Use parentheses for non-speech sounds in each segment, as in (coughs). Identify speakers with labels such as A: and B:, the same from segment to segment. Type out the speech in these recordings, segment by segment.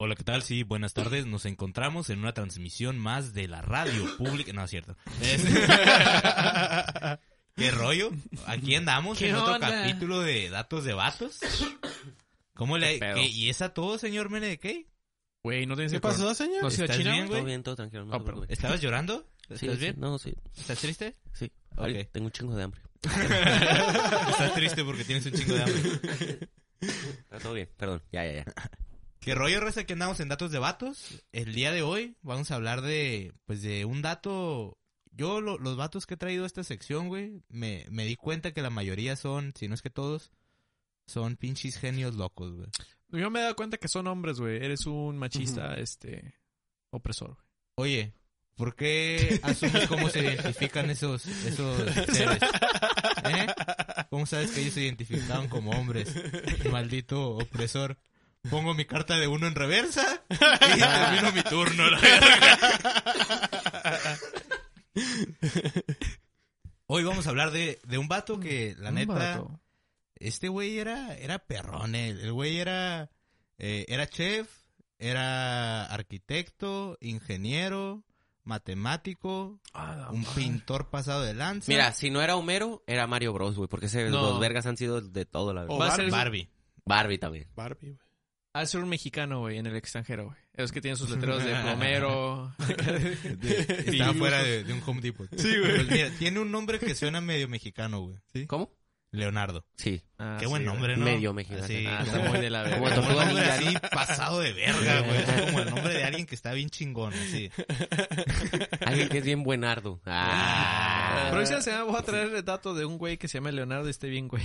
A: Hola, ¿qué tal? Sí, buenas tardes. Nos encontramos en una transmisión más de la radio pública. No, es cierto. Es- (laughs) ¿Qué rollo? Aquí andamos
B: ¿Qué
A: en otro
B: onda?
A: capítulo de Datos de Vatos. ¿Cómo
B: ¿Qué
A: le.?
B: pedo?
A: qué- ¿Y es a todo, señor Mene de qué?
B: Güey, no tienes
C: ¿Qué
B: que
C: pasó, señor?
B: ¿No has ido a
A: ¿Estás
B: China,
A: bien, güey?
B: güey?
D: Todo bien, todo tranquilo.
B: Ah,
D: No te
B: perdón.
D: preocupes.
A: ¿Estabas llorando?
D: Sí,
A: ¿Estás
D: sí,
A: bien?
D: No, sí,
A: ¿Estás triste? (laughs)
D: sí.
A: Ok.
D: Ay, Tengo un chingo de hambre.
A: Estás triste porque tienes un chingo de hambre.
D: Ah, todo bien, perdón. Ya, ya, ya.
A: ¿Qué rollo, Reza? Que andamos en datos de vatos. El día de hoy vamos a hablar de, pues, de un dato. Yo, lo- los vatos que he traído a esta sección, güey, me, me di cuenta que la mayoría son, si no es que todos, son pinches genios locos, güey.
B: Yo me he dado cuenta que son hombres, güey. Eres un machista, este, opresor. güey.
A: Oye, ¿por qué asumes cómo se identifican esos, esos seres? ¿Eh? ¿Cómo sabes que ellos se identificaban como hombres? Maldito opresor. Pongo mi carta de uno en reversa y termino mi turno. la verga. Hoy vamos a hablar de, de un vato que, la
B: Un
A: neta,
B: vato.
A: este güey era, era perrón, el, el güey era, eh, era chef, era arquitecto, ingeniero, matemático,
B: Ah, la
A: un
B: madre.
A: pintor pasado de lanza.
D: Mira, si no era Homero, era Mario Bros, güey. Porque esos
B: No.
D: dos vergas han sido de todo, la verdad.
A: Oh.
C: O
B: Va a ser-
A: Barbie.
D: Barbie también.
C: Barbie, güey.
B: Ha de ser un mexicano, güey, en el extranjero, güey. Es que tienen sus
A: (laughs)
B: letreros de plomero.
A: Estaba fuera de, de un Home Depot.
C: Sí, güey.
A: Pues mira, tiene un nombre que suena medio mexicano, güey.
D: ¿Cómo?
A: Leonardo.
D: Sí.
B: Ah,
A: Qué
B: sí,
A: buen
B: güey.
A: nombre, ¿no?
D: Medio mexicano.
A: Así,
B: Ah, está
A: como-
B: muy
A: (laughs)
B: de la
A: como
B: verga.
A: un
D: Tortuga
A: nombre
D: ninja,
A: así pasado de verga,
B: (laughs)
A: güey. Es como el nombre de alguien que está bien chingón, así.
D: Alguien que es bien buenardo. Ah.
B: Pero esa semana voy a traer el dato de un güey que se llama Leonardo y esté
A: (laughs)
B: bien, güey.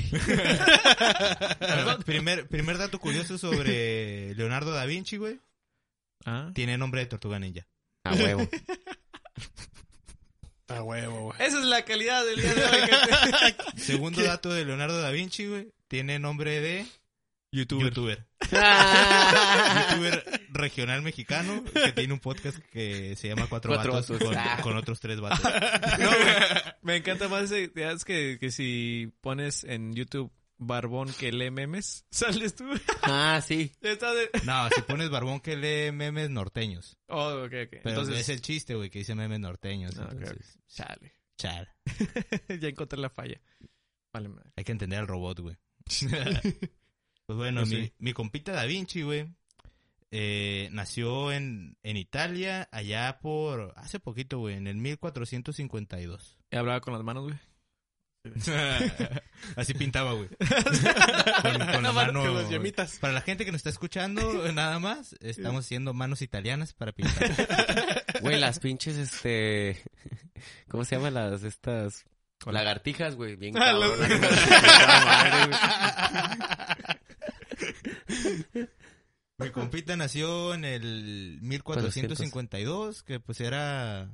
A: Bueno, primer, primer dato curioso sobre Leonardo da Vinci, güey.
B: Ah.
A: Tiene nombre de tortuga ninja.
D: A huevo.
C: A huevo, güey.
B: Esa es la calidad del día de hoy, gente.
A: Segundo dato de Leonardo da Vinci, güey. Tiene nombre de
B: YouTuber.
A: youtuber.
D: Ah.
A: youtuber regional mexicano que tiene un podcast que se llama Cuatro,
D: Cuatro
A: Vatos,
D: Vatos.
A: con-
D: Ah.
A: Con, otros tres vatos.
B: No, güey. Me encanta más ese, ya es que, que si pones en YouTube barbón que lee memes, (laughs) sales tú.
D: Ah, sí.
B: Está de...
A: No, si pones barbón que lee memes norteños.
B: Oh, ok, ok.
A: Pero
B: Entonces,
A: es el chiste, güey, que dice memes norteños.
B: Ah, ok, ok.
A: entonces,
B: Chale.
A: chal.
B: (laughs) ya encontré la falla. Vale, madre.
A: Hay que entender al robot, (laughs) güey. pues bueno,
B: Pues
A: mi,
B: sí.
A: mi compita Da Vinci, güey, eh, nació en, en Italia allá por hace poquito, güey, en el (laughs) 1452.
B: Y hablaba con las manos, güey.
A: Así pintaba, (laughs) güey. con, con la mano-
C: Con las yemitas.
A: Para la gente que nos está escuchando, nada más, estamos haciendo manos italianas para pintar.
D: Güey, las pinches, este... (laughs) ¿Cómo se llaman las estas? Lagartijas, güey. Bien
C: Ah,
D: cabronas,
C: las-
D: güey. Puta madre, güey.
A: Mi compita nació en el 1452, que pues era...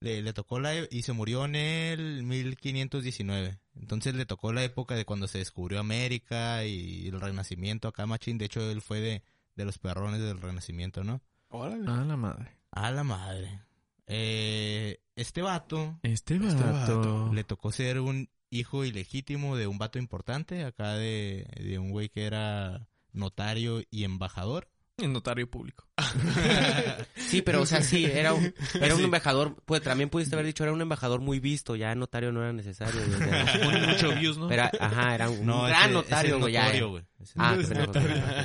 A: Le, le tocó la... e- y se murió en el 1519. Entonces le tocó la época de cuando se descubrió América y el Renacimiento acá, machín. De hecho, él fue de, de los perrones del Renacimiento, ¿no?
C: Órale.
B: Ah, la madre.
A: A la madre. Eh, este vato
B: Este
C: vato.
A: le tocó ser un hijo ilegítimo de un vato importante, acá de, de un güey que era notario y embajador.
B: Notario público.
D: Sí, pero o sea, sí, era
A: (laughs)
D: un, era un embajador, pues también pudiste haber dicho, era un embajador muy visto, ya notario no era necesario, güey. o sea,
B: Con mucho views, ¿no?
D: era- ajá, era un
A: No,
D: gran
A: ese- ese
D: notario,
A: es
D: güey. ya,
A: notorio,
D: eh.
A: güey. Ese es
D: Ah,
A: notorio.
D: pendejo,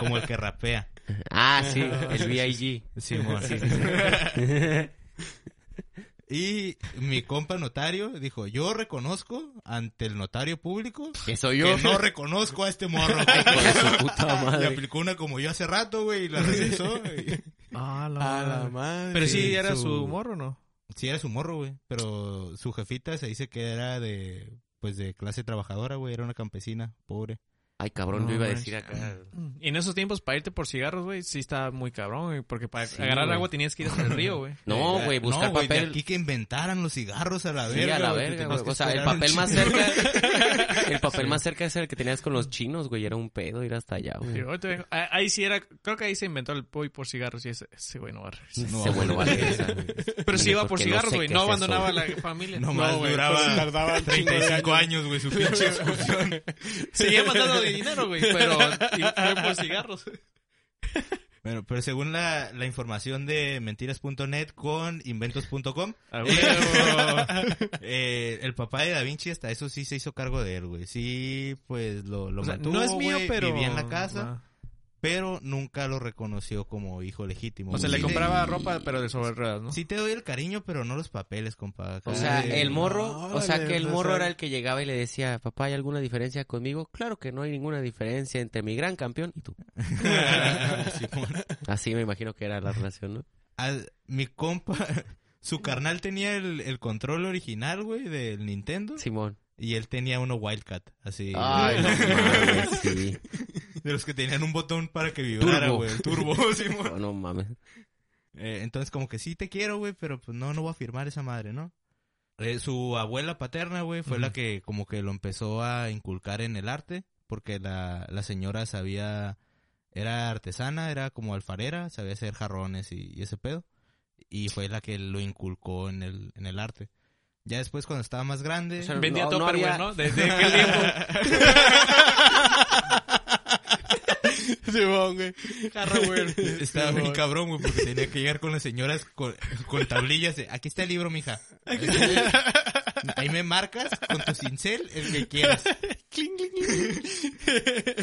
A: (laughs) Como el que rapea.
D: Ah, sí,
A: (laughs)
D: el VIG.
A: Simón.
D: Sí, sí, sí.
A: (laughs) Y mi compa notario dijo, yo reconozco ante el notario público
D: Que soy yo.
A: que
D: (laughs)
A: no reconozco a este morro. güey".
D: Hijo
A: (laughs)
D: de su puta
A: Le
D: madre.
A: aplicó una como yo hace rato, güey, y la
D: (laughs)
A: regresó. y-
B: Ah, la
C: A la
B: madre.
C: madre.
B: Pero sí,
A: Sí,
B: era
A: su-
B: su humor o no?
A: Sí, era su morro, güey. Pero su jefita se dice que era de, pues, de clase trabajadora, güey. Era una campesina, pobre.
D: Ay, cabrón,
B: No
D: yo iba a
B: manches.
D: decir acá.
B: Y en esos tiempos, para irte por cigarros, güey, sí estaba muy cabrón, güey, porque para
D: Sí,
B: agarrar
D: güey.
B: agua tenías que ir hasta el río, güey.
D: No, güey, buscar
A: güey, de
D: papel.
A: aquí que inventaran los cigarros a la
D: Sí,
A: verga.
D: a la
A: güey, te
D: verga,
A: tenías
D: güey.
A: que
D: O sea, el
A: esperar un
D: papel más
A: chingo. (laughs)
D: cerca. El papel más cerca es el que tenías con los chinos, güey. Era un pedo ir hasta allá, güey.
B: Sí, ahorita vengo. Ah, Ahí sí era, creo que ahí se inventó el voy por cigarros y ese, ese güey no va a
D: (laughs)
B: regresar.
A: No,
D: Se vuelve a
A: güey.
D: regresar, güey.
B: Pero sí iba
D: Porque
B: por
D: no
B: cigarros,
D: sé
B: güey,
D: qué
B: no
D: es eso,
B: abandonaba a
D: güey.
A: (laughs)
B: la familia.
A: Nomás
B: güey,
A: duraba
B: pues,
C: Tardaban
A: 35 años, güey, su pinche
B: (laughs)
A: excursión.
B: Seguía mandando dinero, güey, pero y fue por cigarros.
A: Bueno, pero según la, la información de mentiras.net con inventos.com,
B: A
A: eh, el papá de Da Vinci hasta eso sí se hizo cargo de él, güey. Sí, pues lo, lo
B: O sea,
A: mantuvo,
B: no es mío,
A: güey,
B: pero...
A: Vivía en la casa,
B: Ah.
A: pero nunca lo reconoció como hijo legítimo.
B: O sea,
A: güey.
B: le
A: Sí te-
B: compraba ropa, pero de sobre ruedas, ¿no?
A: Sí te doy el cariño, pero no los papeles, compa.
D: O sea,
A: Ay, (laughs)
D: el morro, o sea,
C: órale,
D: que el
C: no
D: morro
C: sé.
D: era el que llegaba y le decía, papá, ¿hay alguna diferencia conmigo? Claro que no hay ninguna diferencia entre mi gran campeón y tú.
A: Simón.
D: Así me imagino que era la relación, ¿no?
A: Al- mi compa, (laughs) su carnal tenía el, el control original, güey, del Nintendo.
D: Simón.
A: Y él tenía uno Wildcat, así.
D: Ay, no mames, sí.
A: (laughs) De los que tenían un botón para que vibrara,
D: Turbo.
A: güey. El
D: (laughs)
A: turbo, Simón.
D: No, no mames.
A: Eh, entonces, como que sí te quiero, güey, pero pues no, no voy a firmar esa madre, ¿no? Eh, su abuela paterna, güey, fue la
B: Ujú.
A: que como que lo empezó a inculcar en el arte, porque la, la señora sabía, era artesana, era como alfarera, sabía hacer jarrones y, y ese pedo, y fue la que lo inculcó en el, en el arte. Ya después, cuando estaba más grande,
D: O sea,
B: Vendía
D: No, no
B: Tupperware,
D: había-
B: (laughs) ¿no? Desde aquel tiempo.
C: Simón, güey.
B: Harroware.
C: (laughs)
A: estaba bien cabrón, güey, porque tenía que llegar con las señoras con, con tablillas de, aquí está el libro, mija. Ahí me marcas con tu cincel el que quieras.
C: (laughs) Cling, cling, cling.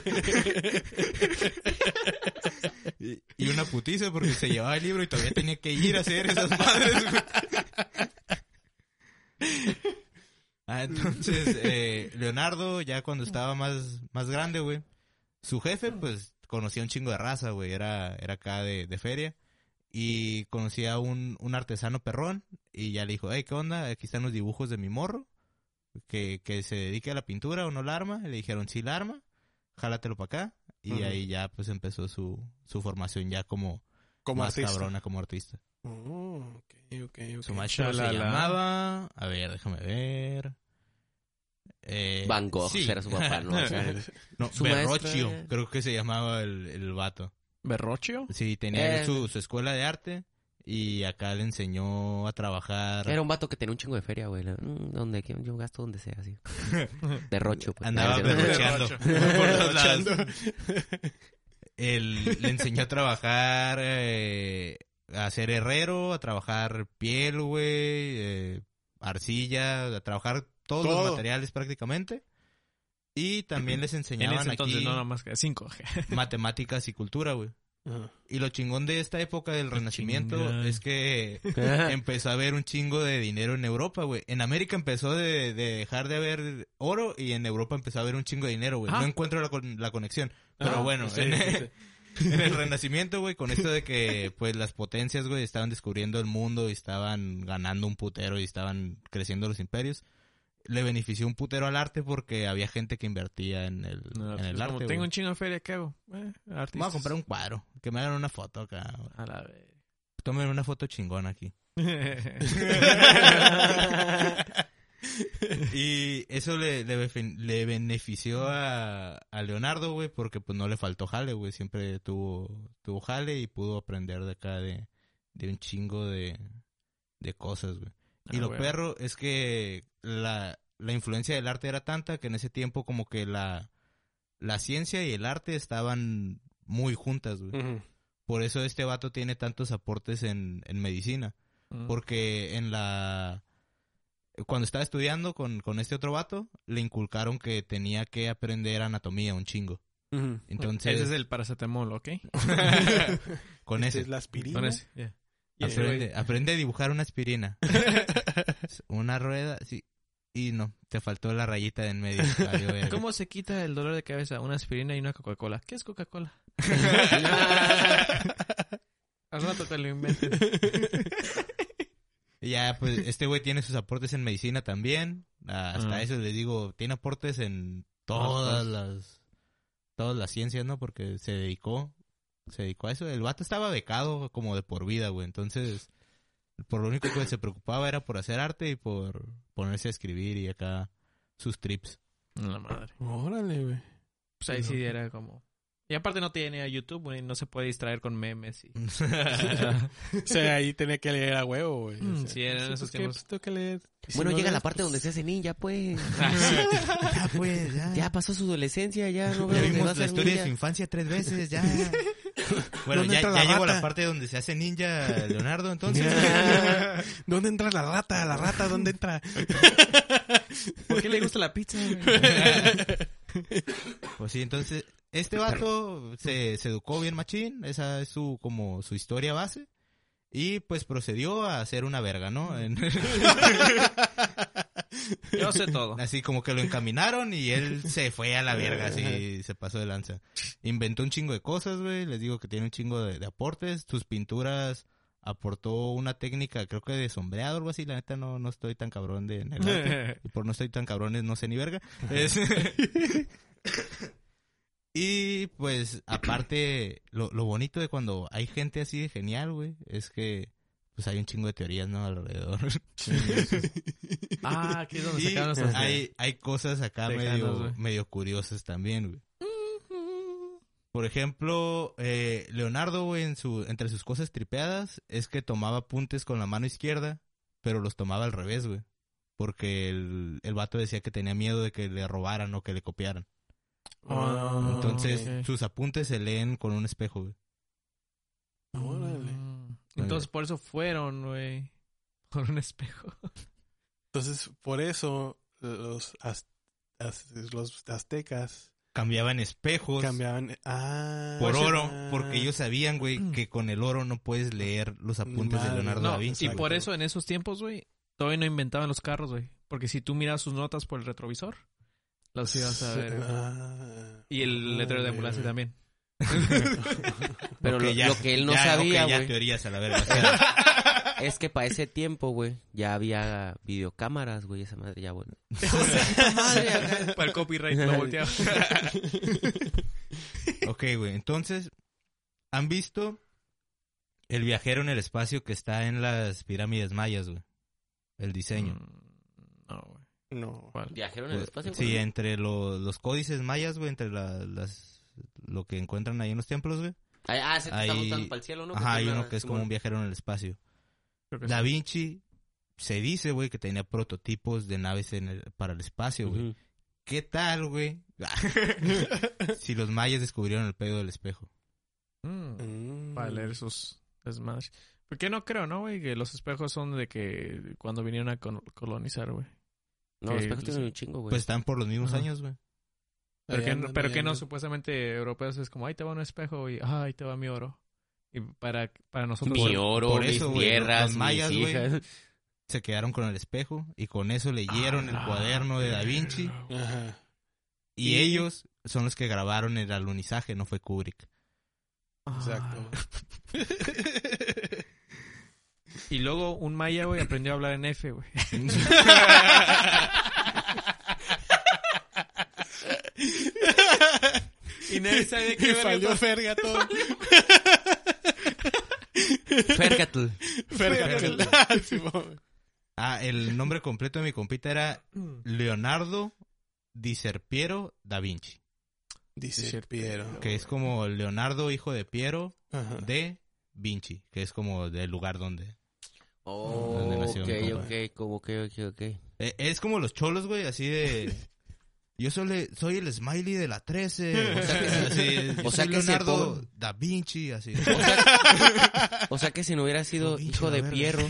A: Y una putiza porque se llevaba el libro y todavía tenía que ir a hacer esas madres. güey. Ah, entonces, eh, Leonardo, ya cuando estaba más, más grande, güey, su jefe, pues, conocía un chingo de raza, güey, era, era acá de, de feria. Y conocía a un, un artesano perrón y ya le dijo, hey, ¿qué onda? Aquí están los dibujos de mi morro, que, que se dedique a la pintura o no la arma. Le dijeron, sí, la arma, jálatelo para acá. Y
C: Ujú.
A: ahí ya, pues, empezó su, su formación ya como,
C: Como
A: más
C: artista.
A: cabrona como artista.
C: Oh, ok, ok, ok.
A: Su maestro se
B: Chalala. (laughs)
A: llamaba... A ver, déjame ver... Eh,
D: Van Gogh
A: sí.
D: era su papá,
A: (laughs)
D: ¿no? O sea,
A: No,
D: Su
A: Verrocchio,
D: maestro.
A: creo que se llamaba el, el vato.
B: ¿Berrochio?
A: Sí, tenía
D: Eh.
A: su, su escuela de arte y acá le enseñó a trabajar.
D: era un vato que tenía un chingo de feria, güey. La- mm, Donde quiera, yo gasto donde sea,
A: (laughs)
D: así. Derrocho, pues.
A: Andaba
D: Ah,
B: (laughs)
D: de-
A: berrocheando. Por todos lados. Él le enseñó a trabajar, eh, a ser herrero, a trabajar piel, güey, eh, arcilla, a trabajar todos los
C: Todo.
A: materiales prácticamente. Y también les
B: En
A: enseñaban
B: ese entonces,
A: aquí
B: no, nada más que 5G.
A: matemáticas y cultura, güey.
C: Ajá.
A: Y lo chingón de esta época del Renacimiento
B: chingón.
A: es que
B: Ah.
A: empezó a haber un chingo de dinero en Europa, güey. En América empezó de, de dejar de haber oro y en Europa empezó a haber un chingo de dinero, güey.
B: Ah.
A: No encuentro la, con- la conexión. Pero
B: Ah,
A: bueno,
B: sí,
A: en,
B: (laughs) sí,
A: en el Renacimiento, güey, con esto de que pues las potencias, güey, estaban descubriendo el mundo y estaban ganando un putero y estaban creciendo los imperios. Le benefició un putero al arte porque había gente que invertía en el, en el arte.
B: pues, Como
A: güey.
B: tengo un chingo de feria, ¿qué hago? Eh, artistas.
A: Vamos a comprar un cuadro, que me hagan una foto acá. güey.
B: A la vez. (laughs)
A: Tomen una foto chingona aquí. Y eso le, le, befe- le benefició a, a Leonardo, güey, porque pues no le faltó jale, güey. Siempre tuvo, tuvo jale y pudo aprender de acá de, de un chingo de, de cosas, güey. (laughs) Y
B: Ah,
A: lo
B: güey.
A: perro es que la, la influencia del arte era tanta que en ese tiempo como que la, la ciencia y el arte estaban muy juntas, güey.
C: Ujú.
A: Por eso este vato tiene tantos aportes en, en medicina.
B: Mm.
A: Porque en la. Cuando estaba estudiando con, con este otro vato, le inculcaron que tenía que aprender anatomía un chingo.
D: Ujú.
A: Entonces,
B: Ese es el paracetamol, (laughs) ¿ok?
A: con
C: Esta
A: ese.
C: es la aspirina.
B: Con ese, ya. Y ese güey-
A: aprende, aprende a dibujar una aspirina. una rueda, sí. Y no, te faltó la rayita de en medio. valió verga.
B: (laughs) ¿Cómo se quita el dolor de cabeza? Una aspirina y una Coca-Cola. ¿Qué es Coca-Cola? (laughs) Al rato te lo inventen.
A: Y Ya, (laughs) pues, este güey tiene sus aportes en medicina también. Ah, pues. Hasta
B: Ah.
A: eso les digo, tiene aportes en todas las todas las ciencias, ¿no? Porque se dedicó, se dedicó a eso. El vato estaba becado como de por vida, güey. Entonces, por lo único que se preocupaba era por hacer arte y por ponerse a escribir y acá sus (laughs) trips.
B: La madre.
C: Órale, güey.
B: Pues ahí sí era como. Y aparte no tiene a YouTube, güey, no se puede distraer con memes y.
C: O sea, ahí tenía que leer a huevo, güey.
B: Mm,
C: O sea,
B: sí, eran
C: pues,
B: esos
C: ¿qué?
B: tiempos.
C: Pues, tengo que leer. Y si
D: Bueno,
C: no
D: llega la
C: lees,
D: parte
C: pues,
D: donde se hace ninja, pues.
A: ya, pues, ya.
D: Ya pasó su adolescencia, ya no
A: Ya
D: veo dónde va a
A: vimos la
D: ser
A: historia de su
D: ninja.
A: infancia tres veces,
C: (laughs)
A: ya. (laughs) bueno,
C: ¿Dónde
A: ya,
C: entra
A: ya
C: la
A: llegó a la
C: rata?
A: parte donde se hace ninja Leonardo,
C: (laughs)
A: entonces.
C: ¿Dónde entra la rata? ¿La rata dónde entra?
B: ¿Por qué le gusta la pizza?
A: Pues sí, entonces, este vato se, se educó bien machín, esa es su, como, su historia base. Y pues procedió a hacer una verga, ¿no?
C: (laughs)
A: En- (laughs)
B: Yo sé todo.
A: así como que lo encaminaron y él se fue a la verga, así se pasó de lanza. Inventó un chingo de cosas, güey, les digo que tiene un chingo de, de aportes. Sus pinturas aportó una técnica, creo que de sombreado o algo así, la neta no, no estoy tan cabrón de... en el
C: (laughs)
A: arte. Y por no estoy tan cabrones, no sé ni verga. Es- y pues, aparte, lo, lo bonito de cuando hay gente así de genial, güey, es que pues hay un chingo de teorías, ¿no? Alrededor.
B: (laughs) ah, aquí es donde
A: y
B: sacaron nuestras.
C: (laughs)
A: hay, hay cosas acá
B: Tejanos,
A: medio,
B: güey.
A: medio curiosas también, güey. Por ejemplo, eh, Leonardo, güey, en su, entre sus cosas tripeadas, es que tomaba apuntes con la mano izquierda, pero los tomaba al revés, güey. Porque el, el vato decía que tenía miedo de que le robaran o que le copiaran.
C: Ah,
A: Entonces,
C: ok.
A: sus apuntes se leen con un espejo, güey.
C: Órale.
B: Mm. Entonces por eso fueron, güey. Por un espejo.
C: Entonces, por eso los, az- az- los aztecas
A: Cambiaban espejos
C: cambiaban ah,
A: Pues, por
C: o sea,
A: oro, porque ellos sabían, güey, que con el oro no puedes leer los apuntes de
C: Madre,
A: Leonardo
C: no,
A: da Vinci,
B: y
A: güey.
C: exacto.
B: por eso en esos tiempos, güey, todavía no inventaban los carros, güey. Porque si tú miras sus notas por el retrovisor, las ibas a ver. güey.
C: Ah.
B: Y el letrero de ambulancia
C: Órale,
B: también.
D: Pero
A: Ok,
D: lo,
A: ya,
D: lo que él no
A: ya, ok,
D: sabía,
A: ya
D: güey,
A: teorías a la verga. o
D: (laughs)
A: sea,
D: es que para ese tiempo, güey, ya había videocámaras, güey, esa madre
A: (laughs)
D: ya, bueno.
C: Ah,
B: (laughs) Para el copyright lo volteaba.
A: ok, güey. Entonces, ¿han visto el viajero en el espacio que está en las pirámides mayas, güey? El diseño.
B: Mm, No, güey.
C: güey. (laughs) No.
B: ¿Cuál?
D: ¿Viajeron en el espacio?
A: Pues, Sí, entre lo- los códices mayas, güey, entre la- las lo que encuentran ahí en los templos, güey.
D: Ah, se te está
A: Ahí-
D: montando para el cielo, ¿no? Que
A: Ajá,
D: tiene
A: hay
D: una-
A: uno que es como un viajero en el espacio.
B: Creo que
A: Da
B: sí.
A: Vinci se dice, güey, que tenía prototipos de naves en el- para el espacio, güey.
D: Ujú.
A: ¿Qué tal,
D: (laughs)
A: güey? (laughs) si los mayas descubrieron el pedo del espejo.
B: Mm.
C: Mm.
B: para leer sus desmadres. Porque no creo, ¿no, güey? Que los espejos son de que cuando vinieron a col- colonizar, güey.
D: No, los
B: que-
D: espejos tienen un chingo, güey.
A: Pues están por los mismos
B: Ajá.
A: años, güey.
C: Ahí
B: Pero, que,
C: andan,
B: no- pero
C: ahí
B: que no,
C: andan.
B: supuestamente europeos es como, ahí te va un espejo y ah, ahí te va mi oro. Y para, para nosotros...
D: mi oro,
A: por eso,
D: mis
A: güey,
D: tierras,
A: los mayas,
D: mis
A: güey.
D: hijas.
A: Se quedaron con el espejo y con eso leyeron
D: Ah,
A: el cuaderno de Da Vinci.
C: Ajá.
A: Y ellos son los que grabaron el alunizaje, no fue Kubrick.
C: Exacto. Ah. (laughs)
B: Y luego un maya, güey, aprendió a hablar en F, güey. y nadie sabe
C: Y
B: qué
C: falló verga todo.
D: (laughs) Férgatl.
C: Verga todo. Simón.
A: Ah, el nombre completo de mi compita era
D: Mm.
A: Leonardo Di Serpiero Da Vinci.
C: Dice
B: Dice
C: Piero.
A: Que es como Leonardo, hijo de Piero,
D: Ah.
C: Ajá.
A: de Vinci, que es como del lugar donde. ¿Dónde
D: Oh,
A: nació,
D: ok,
A: compa?
D: ok, como que, ok,
B: (laughs)
D: ok.
A: Eh, es como los cholos, güey, así
D: (laughs)
A: de. Yo soy, le- soy el smiley de la
D: (laughs)
A: 13. O sea que, así, yo soy
D: o sea que si el
A: Leonardo
D: pobre-
A: da Vinci, así.
D: O sea, o sea que si no hubiera sido
A: No, pinche
D: hijo
A: la
D: de
A: verga.
D: Pierro,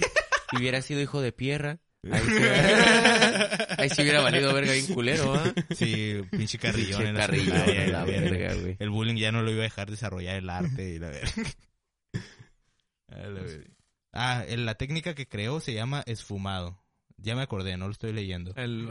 D: y hubiera sido hijo de Pierra, ahí sí hubiera, ahí sí hubiera valido verga bien culero, ¿ah?
A: Sí, pinche carrillón
D: Pinche
A: en la
D: carrillón,
A: secundaria,
D: la
A: la verga.
D: verga, güey.
A: El bullying ya no lo iba a dejar desarrollar el arte y la verga. (laughs) A la verga. Ah, el- la técnica que creó se llama esfumado. Ya me acordé, no lo estoy leyendo. (laughs)
B: El,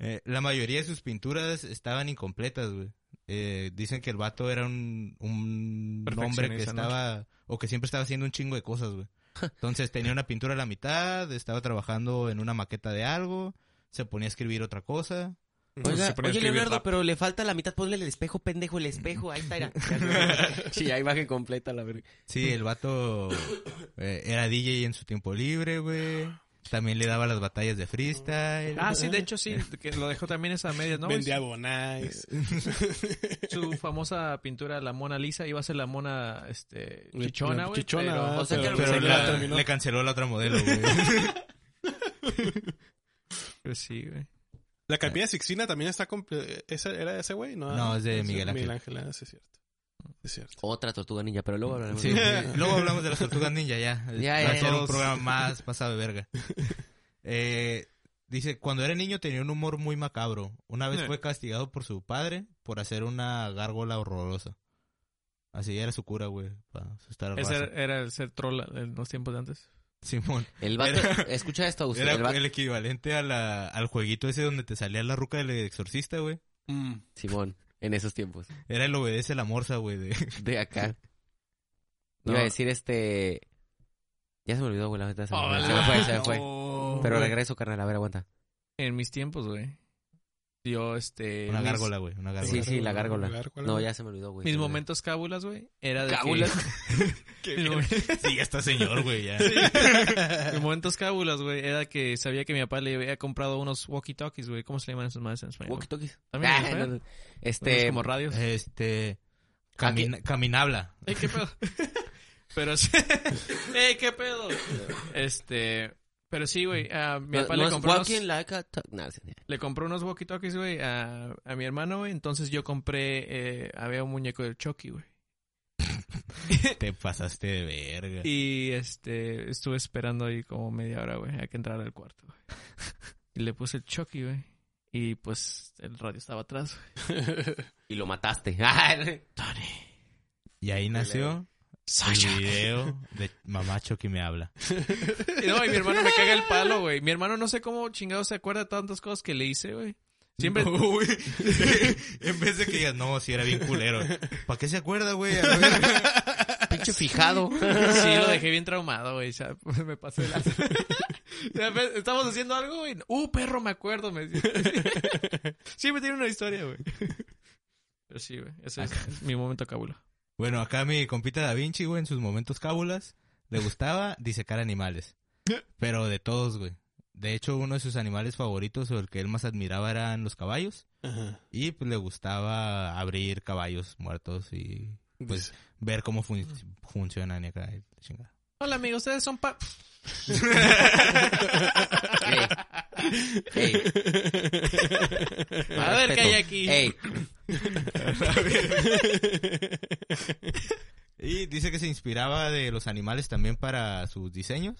A: Eh, la mayoría de sus pinturas estaban incompletas, güey. Eh, dicen que el vato era un, un hombre que
B: Perfeccionista, ¿no?
A: estaba, o que siempre estaba haciendo un chingo de cosas, güey. Entonces tenía una pintura a la mitad, estaba trabajando en una maqueta de algo, se ponía a escribir otra cosa,
B: Pues
D: Oiga,
B: se ponía a
D: oye,
B: escribir
D: Leonardo,
B: rap.
D: pero le falta la mitad. Ponle el espejo, pendejo, el espejo. Ahí
B: (laughs)
D: está, era. Sí, ya imagen completa, la verga.
A: Sí, el vato (coughs) eh, era DJ en su tiempo libre, güey. También le daba las batallas de freestyle.
B: Ah, sí, de hecho sí, que lo dejó también esa media, ¿no?
C: Vendía bonais.
A: Eh,
B: Su famosa pintura, la Mona Lisa, iba a ser la Mona este,
C: La
B: chichona, güey.
C: chichona,
B: pero-
D: O sea que
C: pero-
D: al
A: Pero
D: menos
C: la
A: la-
C: terminó.
A: le canceló la otra modelo,
B: (laughs)
A: güey.
B: pero Pues sí, güey.
C: La capilla Sixtina también está comple- ¿Esa era de ese güey? No,
A: No, es de Miguel
C: Miguel
A: Ángel. Mm.
C: Ángel, ah, sí es cierto. Es cierto.
D: Otra tortuga ninja, pero luego hablaremos.
A: Sí, Luego hablamos de las tortugas ninja, ya.
D: Ya,
A: Va a
D: ya,
A: ser
D: ya.
A: un programa más pasado de verga. Eh, dice, cuando era niño tenía un humor muy macabro. Una vez
B: Eh.
A: fue castigado por su padre por hacer una gárgola horrorosa. Así era su cura, güey, para asustar a
B: Ese
A: raza.
B: era, era el ser troll en los tiempos de antes.
A: Simón.
D: El vato, escucha esto, usted.
A: Era
D: el vato,
A: el equivalente a la, al jueguito ese donde te salía la ruca del exorcista, güey.
D: Simón, en esos tiempos.
A: Era el obedece la morsa, güey. de-
D: De acá.
B: No.
D: Iba a decir este. Ya se me olvidó, güey, la neta. Se me fue,
B: Hola.
D: se me fue. se me fue.
B: Oh, No,
D: Pero
B: güey.
D: regreso, carnal. A ver, aguanta.
B: En mis tiempos, güey. Yo, este.
A: Una
B: mis-
A: gárgola, güey. Una gárgola.
D: Sí, sí, la
C: Gárgola.
D: gárgola.
C: Gárgola.
D: No, ya se me olvidó, güey.
B: Mis
D: Se me-
B: momentos cábulas, güey. Era de. que-
D: Cábulas.
A: (laughs)
B: (laughs) mis, momen-
A: Sí, ya está señor, güey, ya.
B: mis momentos cábulas, güey. Era que sabía que mi papá le había comprado unos walkie-talkies, güey. ¿Cómo se le llaman esos madres en español?
D: Walkie talkies.
B: También, ¿no? Unos
D: Ah, Este.
B: Pues como radios.
A: Este... camina- caminabla.
B: ¡Ey, qué
D: (laughs)
B: pedo! pero sí. ¡Ey, qué pedo! Este. Pero sí, güey. ah, mi
D: no-
B: papá
D: no
B: le
D: es
B: compró unos,
D: walking like a talk- no, sí, sí.
B: le compró unos walkie-talkies, güey, a, a mi hermano, güey. Entonces yo compré. eh, había un muñeco del Chucky, güey.
A: Te pasaste de verga.
B: Y este. Estuve esperando ahí como media hora, güey, a que entrara al cuarto, güey. Y le puse el Chucky, güey. Y pues el radio estaba atrás, güey.
D: Y lo mataste. (laughs) Ah,
A: Y ahí nació el video de Mamacho que me habla.
B: Y (laughs) No, y mi hermano me caga el palo, güey. Mi hermano no sé cómo chingado se acuerda de tantas cosas que le hice, güey. Siempre.
A: Uy. (laughs) en vez de que digas, no, si era bien culero. ¿Para qué se acuerda, güey? A la verga.
B: (laughs)
D: Pinche fijado.
B: Sí, lo dejé bien traumado, güey. O sea, me pasé (laughs) la... pues, Estamos haciendo algo, güey. Uh, perro, me acuerdo. Me... (laughs) decía. Siempre tiene una historia, güey. Pero sí, güey. Ese es mi momento cábula.
A: Bueno, acá mi compita Da Vinci, güey, en sus momentos cábulas, le gustaba disecar
B: (laughs)
A: animales. Pero de todos, güey. De hecho, uno de sus animales favoritos o el que él más admiraba eran los caballos.
C: (laughs) Ajá.
A: Y pues le gustaba abrir caballos muertos y pues ver cómo fun-
B: Mm.
A: funcionan y acá. y la chingada.
B: Hola, amigo. Ustedes son pa...
D: Ey. Ey.
B: A ver qué hay aquí.
D: Ey.
A: Y dice que se inspiraba de los animales también para sus diseños.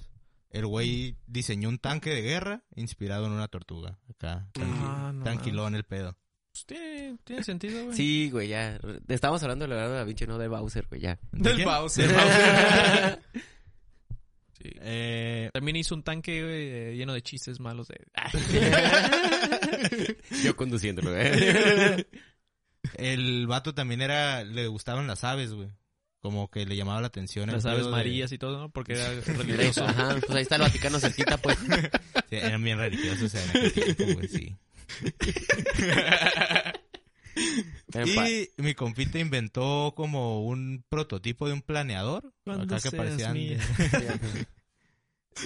A: El
B: Mm.
A: güey diseñó un tanque de guerra inspirado en una tortuga. Acá, tranqui-
B: Ah, no
A: tranquilón el pedo.
B: Pues tiene, tiene sentido, güey.
D: Sí, güey, ya. Estábamos hablando de Leonardo da Vinci, no de Bowser,
A: (laughs)
D: güey, ya.
A: ¿De quién?
B: Bowser. (laughs) Sí.
A: Eh,
B: También hizo un tanque, güey, eh, lleno de chistes malos de...
D: Yo conduciéndolo,
A: ¿eh?
D: güey.
A: el vato también era, le gustaban las aves, güey. Como que le llamaba la atención. el
B: Las aves
A: pedo de-
B: marías y todo, ¿no?
A: (laughs)
B: Porque era religioso.
D: Ajá, pues ahí está el Vaticano cerquita, pues.
A: Sí, eran bien religiosos en aquel tiempo, güey, sí.
D: Eran pa-
A: Y mi compita inventó como un prototipo de un planeador.
B: Cuando
A: Acá que
B: seas
A: parecían.
D: (laughs)
B: mía.
A: (laughs)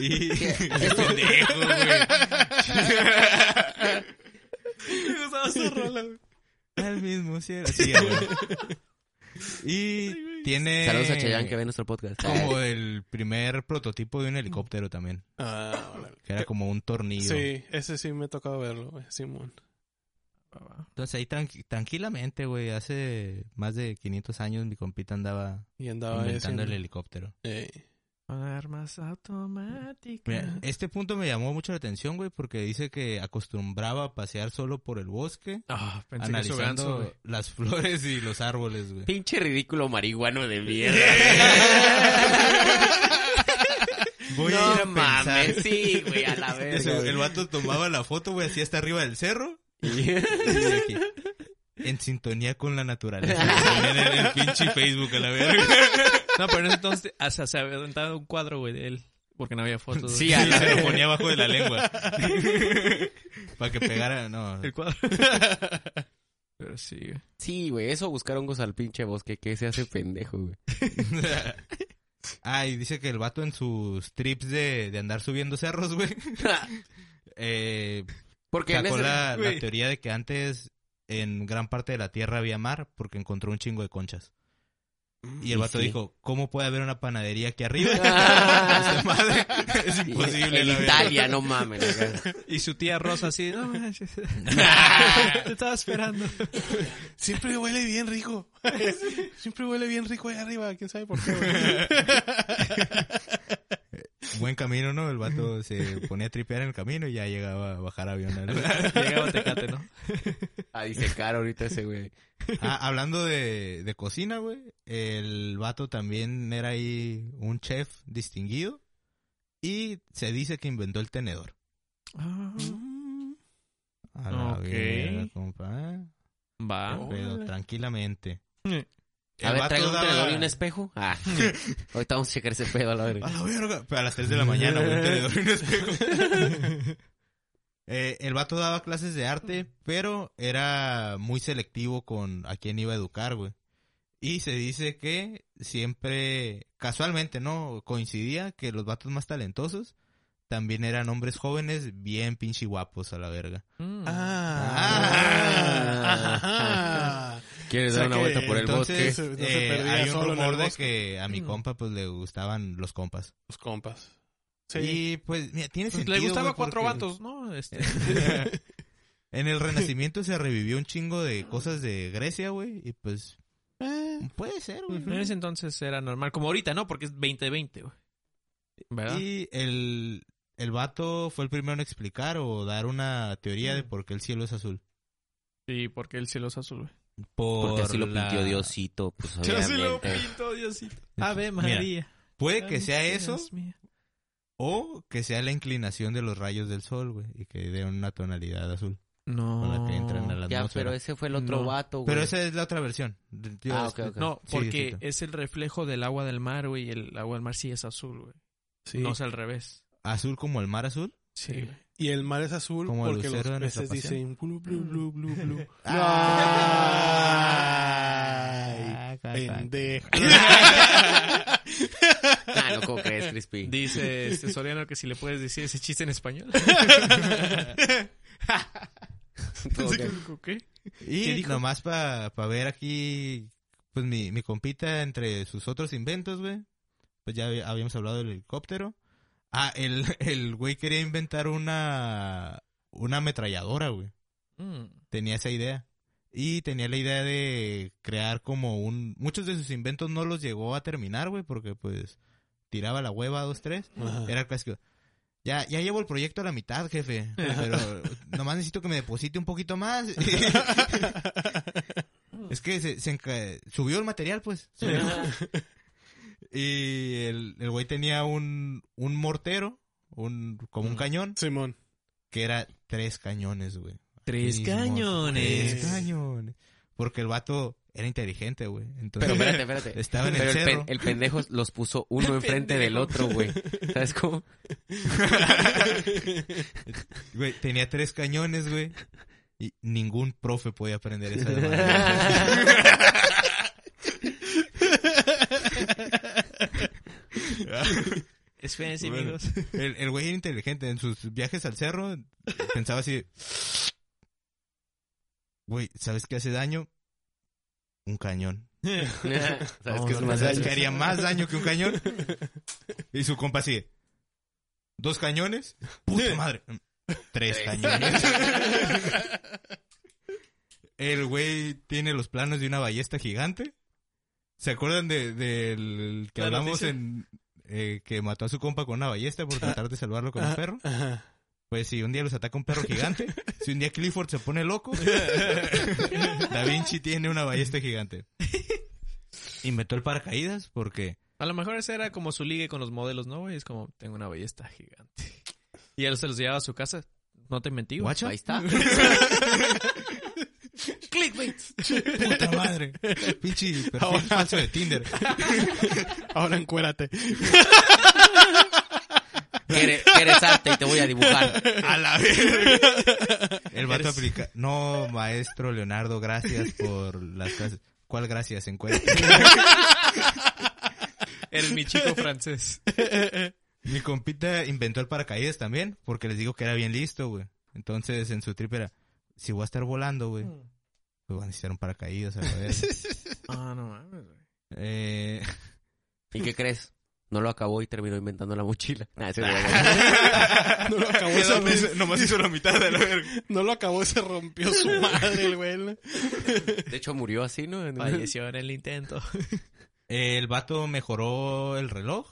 A: y.
D: Esto-
A: Pendejo, güey.
B: Me gustaba esa rola, güey.
A: Al mismo cielo. Sí, güey. Y tiene.
D: Saludos a Chayanne que ve nuestro podcast.
A: Como el primer prototipo de un helicóptero también.
C: Ah, órale.
A: Que era como un tornillo.
C: Sí, ese sí me ha tocado verlo, güey. Simón.
A: Entonces ahí tranqui- tranquilamente, güey. Hace más de 500 años mi compita andaba
C: Y andaba eh, ese.
A: inventando el helicóptero.
C: Ey.
B: Con armas automáticas.
A: Mira, este punto me llamó mucho la atención, güey, porque dice que acostumbraba a pasear solo por el bosque,
B: Ah, pensé que eso ganso,
A: analizando
B: güey.
A: las (laughs) flores y los árboles, güey.
D: Pinche ridículo marihuano de mierda.
A: (laughs) Voy a ir
D: no
A: a
D: mames,
A: pensar.
D: sí, güey, a la
A: (laughs) Ese-
D: verga.
A: el vato tomaba la foto, güey, así hasta arriba del cerro.
D: güey.
A: Dice aquí, En sintonía con la
D: (laughs)
A: naturaleza. Ponían en el pinche Facebook a la verga.
B: No, pero en ese entonces hasta se había aventado un cuadro, güey, de él. porque no había fotos.
D: Sí,
B: güey.
D: a
A: ah, Se lo ponía abajo de la
B: (laughs)
A: lengua. Para que pegara, no.
B: El cuadro. Pero sí, güey.
D: Sí, güey, eso buscar hongos al pinche bosque, que se hace
A: (laughs)
D: pendejo, güey.
A: (laughs) Ah, y dice que el vato en sus trips de, de andar subiendo cerros, güey, eh,
D: Porque en
A: sacó
D: ese-
A: la, la
B: güey.
A: teoría de que antes en gran parte de la tierra había mar porque encontró un chingo de conchas. Y el
D: Y
A: vato
D: sí.
A: dijo, ¿cómo puede haber una panadería aquí arriba?
D: (laughs) Ah.
A: Esa madre, es imposible.
D: en
A: la verdad.
D: Italia, no mames. acá.
B: Y su tía Rosa así, no (laughs) manches. Te estaba esperando.
C: Siempre huele bien rico.
A: (laughs)
C: (laughs) Siempre huele bien rico ahí arriba, quién sabe por qué. güey.
A: (laughs) Buen camino, ¿no? El vato se ponía a tripear en el camino y ya llegaba a bajar avión. al-
B: Llegaba Tecate, ¿no?
D: A disecar Ah, ahorita ese güey.
A: Ah, hablando de, de cocina, güey, el vato también era ahí un chef distinguido y se dice que inventó el tenedor.
B: Ah.
A: A la
B: Ok.
A: verga, compa. ¿eh?
B: Va.
A: Pero tranquilamente.
B: Eh.
D: A
A: El
D: ver,
A: vato
D: traigo un
A: daba-
D: tenedor y un espejo. Ah, ahorita vamos a checar ese pedo a la
A: A
D: verga.
A: la verga. Pero a las 3 de la mañana, güey, un tenedor y un
B: (laughs)
A: espejo. Eh, el vato daba clases de arte, pero era muy selectivo con a quién iba a educar, güey. Y se dice que siempre, casualmente, ¿no? Coincidía que los vatos más talentosos también eran hombres jóvenes bien pinche guapos a la verga.
B: Mm.
A: Ah.
C: Ah. Ajá.
D: ¿Quieres
C: O sea
D: dar una
C: que
D: vuelta por el
C: entonces-
D: bosque?
C: No se
A: Eh,
C: perdía
A: hay un
C: solo en el
A: rumor de
C: bosque.
A: que a mi
B: Mm.
A: compa pues le gustaban los compas.
C: Los compas.
A: Y pues, mira, tiene sentido.
B: Le gustaba
A: güey,
B: cuatro
A: porque-
B: vatos, ¿no?
A: (laughs)
B: Este,
A: En el Renacimiento se revivió un chingo de cosas de Grecia, güey. Y pues.
B: Eh.
A: Puede ser, güey.
B: en ese entonces era normal. Como ahorita, ¿no? Porque es 2020, güey. ¿Verdad?
A: Y el, el vato fue el primero en explicar o dar una teoría
B: Mm.
A: de por qué el cielo es azul.
B: Sí, porque el cielo es azul, güey.
A: Por
D: Porque así lo
A: la-
D: pintió Diosito, pues
B: Yo se lo
D: obviamente.
B: pinto, Diosito.
A: Ave
B: Ave
A: María.
B: María. Ah,
A: Puede que sea eso o que sea la inclinación de los rayos del sol, güey. Y que dé una tonalidad azul
B: No.
A: con la que entran a la
D: Ya,
A: atmósfera.
D: pero ese fue el otro
B: No.
D: vato, güey.
A: Pero esa es la otra versión. Yo-
D: Ah, ok, ok.
B: No,
A: Sí,
B: porque
A: Diosito.
B: es el reflejo del agua del mar, güey. Y el agua del mar sí es azul, güey.
C: Sí.
B: No es al revés.
A: Azul como el mar azul.
B: Sí, güey.
C: Y el mar es azul
A: Como el
C: porque los
A: lucero de nuestra
C: peces
A: pasión.
C: dicen blu, blu, blu, blu, blu.
A: Ah.
C: Ay, pendeja.
D: Ah, no, ¿cómo crees, Crispy?
B: Dice este Soriano que si le puedes decir ese chiste en
A: (laughs)
B: español.
D: ¿Cómo que-
B: ¿Qué? ¿Qué
A: Y
B: dijo?
A: nomás para ver aquí, pues mi, mi compita entre sus otros inventos, güey. Pues ya hab- habíamos hablado del helicóptero. Ah, el, (laughs) el güey quería inventar una, una ametralladora, güey.
B: Mm.
A: Tenía esa idea. Y tenía la idea de crear como un... Muchos de sus inventos no los llegó a terminar, güey, porque pues tiraba la hueva dos, tres.
C: Ajá.
A: Era el clásico. Ya, ya llevo el proyecto a la mitad, jefe. Pero nomás necesito que me deposite un poquito más. (laughs) es que se, se enca- subió el material, pues. Subió. y el, el güey tenía un, un mortero, un, como un cañón,
C: Simón.
A: que era tres cañones, güey.
B: Tres
A: Mismo, Tres
B: cañones.
A: cañones. Porque el vato era inteligente, güey. Entonces,
D: Pero espérate, espérate.
A: Estaba en el
D: Pero el,
A: cerro.
D: pen- el pendejo los puso
A: (laughs)
D: uno enfrente del otro, güey. ¿Sabes cómo?
A: Güey, tenía tres cañones, güey. Y ningún profe podía aprender esa de
D: (laughs)
A: manera.
B: Espérense,
A: Bueno.
B: amigos.
A: El, el güey era inteligente. En sus viajes al cerro, pensaba así. Güey, ¿sabes qué hace daño? Un cañón.
D: ¿Sabes
B: No,
D: qué es
B: no,
D: más
A: ¿Sabes
D: daño?
A: qué haría más daño que un cañón? Y su compa así. ¿Dos cañones? ¡Puta madre! Tres
B: (laughs)
A: cañones. El güey tiene los planos de una ballesta gigante. ¿Se acuerdan de- del que
B: La
A: hablamos
B: noticia.
A: en... eh, que mató a su compa con una ballesta por tratar de salvarlo con un perro?
C: Ajá.
A: Pues si un día los ataca un perro (laughs) gigante, si un día Clifford se pone (laughs) loco, Da Vinci tiene una ballesta gigante. Inventó el paracaídas porque
B: A lo mejor ese era como su ligue con los modelos, ¿no, güey? Es como, tengo una belleza gigante. Y él se los llevaba a su casa. No te mentí, güey.
A: Guacha.
D: Ahí está.
B: Clickbait.
A: Puta madre. Pinche perfil falso de Tinder.
C: Ahora encuérate.
D: que eres, que eres arte y te voy a dibujar.
A: A la vez. El vato aplica. No, maestro Leonardo, gracias por las clases. ¿Cuál gracias encuentra?
B: El mi chico
A: (laughs)
B: francés.
A: Mi compita inventó el paracaídas también, porque les digo que era bien listo, güey. Entonces en su trip era, si voy a estar volando, güey, pues van a necesitar un paracaídas, a la verga.
B: Ah, no mames, güey.
A: Eh, (laughs)
D: ¿Y qué crees? No lo acabó y terminó inventando la mochila. Nah, ese
C: (laughs) No lo acabó,
A: quedó-
C: se, rom-
A: nomás hizo la mitad de la verga.
C: no lo acabó, se rompió su madre, el güey.
D: de hecho, murió así, ¿no? En-
B: Falleció en
A: (laughs)
B: el intento. (laughs)
A: El vato mejoró el reloj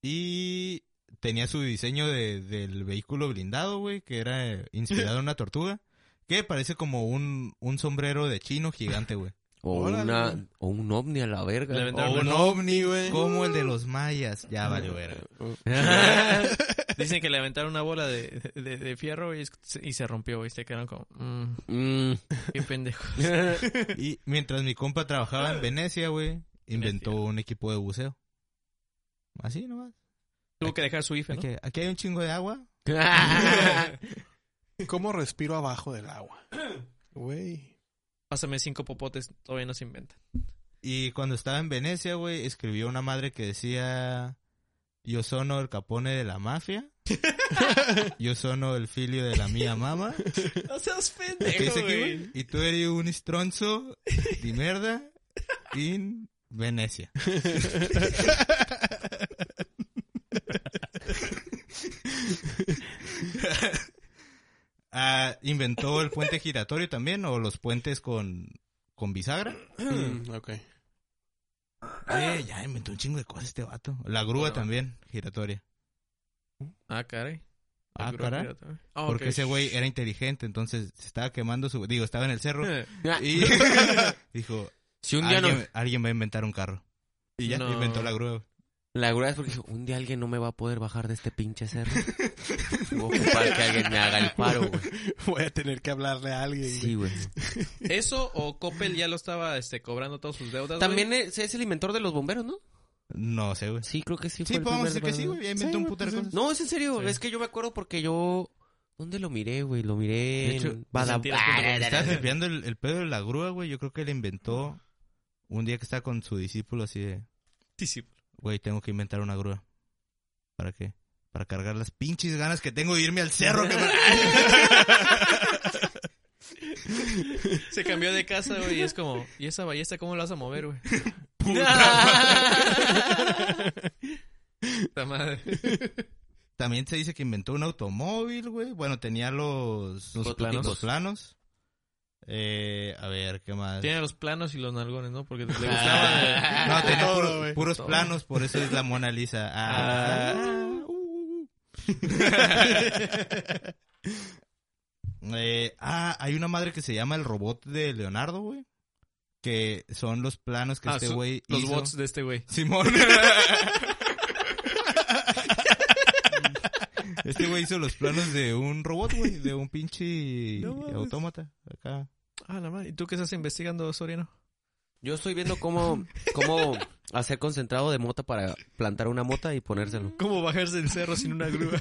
A: y tenía su diseño de- del vehículo blindado, güey, que era eh, inspirado en una tortuga, que parece como un, un sombrero de chino gigante, (laughs) güey.
D: O,
C: Órale.
D: una, o un ovni a la verga.
B: Le aventaron
D: O
B: un
D: ovni, güey.
A: Como el de los mayas, ya valió verga.
B: Dicen que le aventaron una bola de, de, de fierro y, es- y se rompió, güey. Se quedaron como, "Mm,
D: Mm.
A: (laughs)
B: qué pendejo.
A: Y mientras mi compa trabajaba en Venecia, güey, inventó un equipo de buceo. Así nomás.
B: Tuvo que dejar su IFE, ¿no?
A: Aquí, aquí hay un chingo de agua.
C: ¿Cómo respiro abajo del agua? Güey.
B: Pásame cinco popotes, todavía no
A: (laughs)
B: se inventan.
A: Y cuando estaba en Venecia, güey, escribió una madre que decía: Yo sono el capone de la mafia. Yo sono el filio de la mía mamá.
B: No seas
A: ¿Qué
B: pendejo,
A: dice aquí, güey? Y tú eres un estronzo de mierda en Venecia. Ah, inventó el puente giratorio también, o los puentes con, con bisagra.
C: Mm, ok.
A: Eh, ya inventó un chingo de cosas este vato. La grúa
B: Bueno.
A: también, giratoria.
B: Ah, caray.
A: Ah,
B: Seguro
A: caray.
B: pirata, güey. Ah,
A: Porque
B: ok.
A: ese güey
B: (laughs)
A: era inteligente, entonces se estaba quemando su... Digo, estaba en el (laughs) cerro
B: Eh,
A: y dijo,
D: (laughs) si un día no...
A: alguien, alguien va a inventar un carro. Y ya
B: No.
A: inventó la grúa.
D: La verdad es porque dijo, un día alguien no me va a poder bajar de este pinche cerro. Voy a ocupar que alguien me haga el paro, güey.
C: Voy a tener que hablarle a alguien.
D: Sí, güey.
B: ¿Eso o Coppel ya lo estaba este, cobrando todas sus deudas?
D: También es, es el inventor de los bomberos, ¿no?
A: No sé, güey.
D: Sí, creo que sí. fue
A: Sí,
D: el
A: podemos
D: primer
A: decir que sí, güey.
D: bombero.
A: Ya inventó
C: Sí,
A: un
C: güey,
A: puto de
C: pues,
A: cosas.
D: No, es en serio.
B: Sí.
D: Es que yo me acuerdo porque yo... ¿Dónde lo miré, güey? Lo miré
A: De hecho,
D: en Badab-
B: sentiras cuando lo
D: Ah, da, da,
A: Estaba
D: da.
A: limpiando el, el pedo de la grúa, güey. Yo creo que le inventó un día que estaba con su discípulo así de...
B: Sí, sí.
A: Güey, tengo que inventar una grúa. ¿Para qué? Para cargar las pinches ganas que tengo de irme al cerro. que
B: Se cambió de casa, güey, y es como, ¿y esa ballesta cómo la vas a mover, (laughs) güey? Puta madre.
A: También se dice que inventó un automóvil, güey. Bueno, tenía los, los
D: Protoplanos.
A: los planos. Eh, a ver, ¿qué más?
B: Tiene los planos y los nalgones, ¿no? (laughs) Porque le
A: (laughs)
B: gustaba.
A: No, tenía
C: Todo,
A: puros-
C: güey.
A: puros
B: Todo.
A: planos, por eso es la Mona
B: (laughs)
A: Lisa. Ah. Eh, ah, hay una madre que se llama el robot de Leonardo, güey. Que son los planos que
B: Ah,
A: este
B: su-
A: güey
B: los
A: hizo.
B: bots de este güey. (laughs)
A: Simón. Este güey hizo los planos de un robot, güey, de un pinche
B: No mames.
A: autómata acá.
B: Ah, la madre. ¿Y tú qué estás investigando, Soriano?
D: Yo estoy viendo cómo, cómo hacer concentrado de mota para plantar una mota y ponérselo.
B: ¿Cómo bajarse del cerro sin una grúa?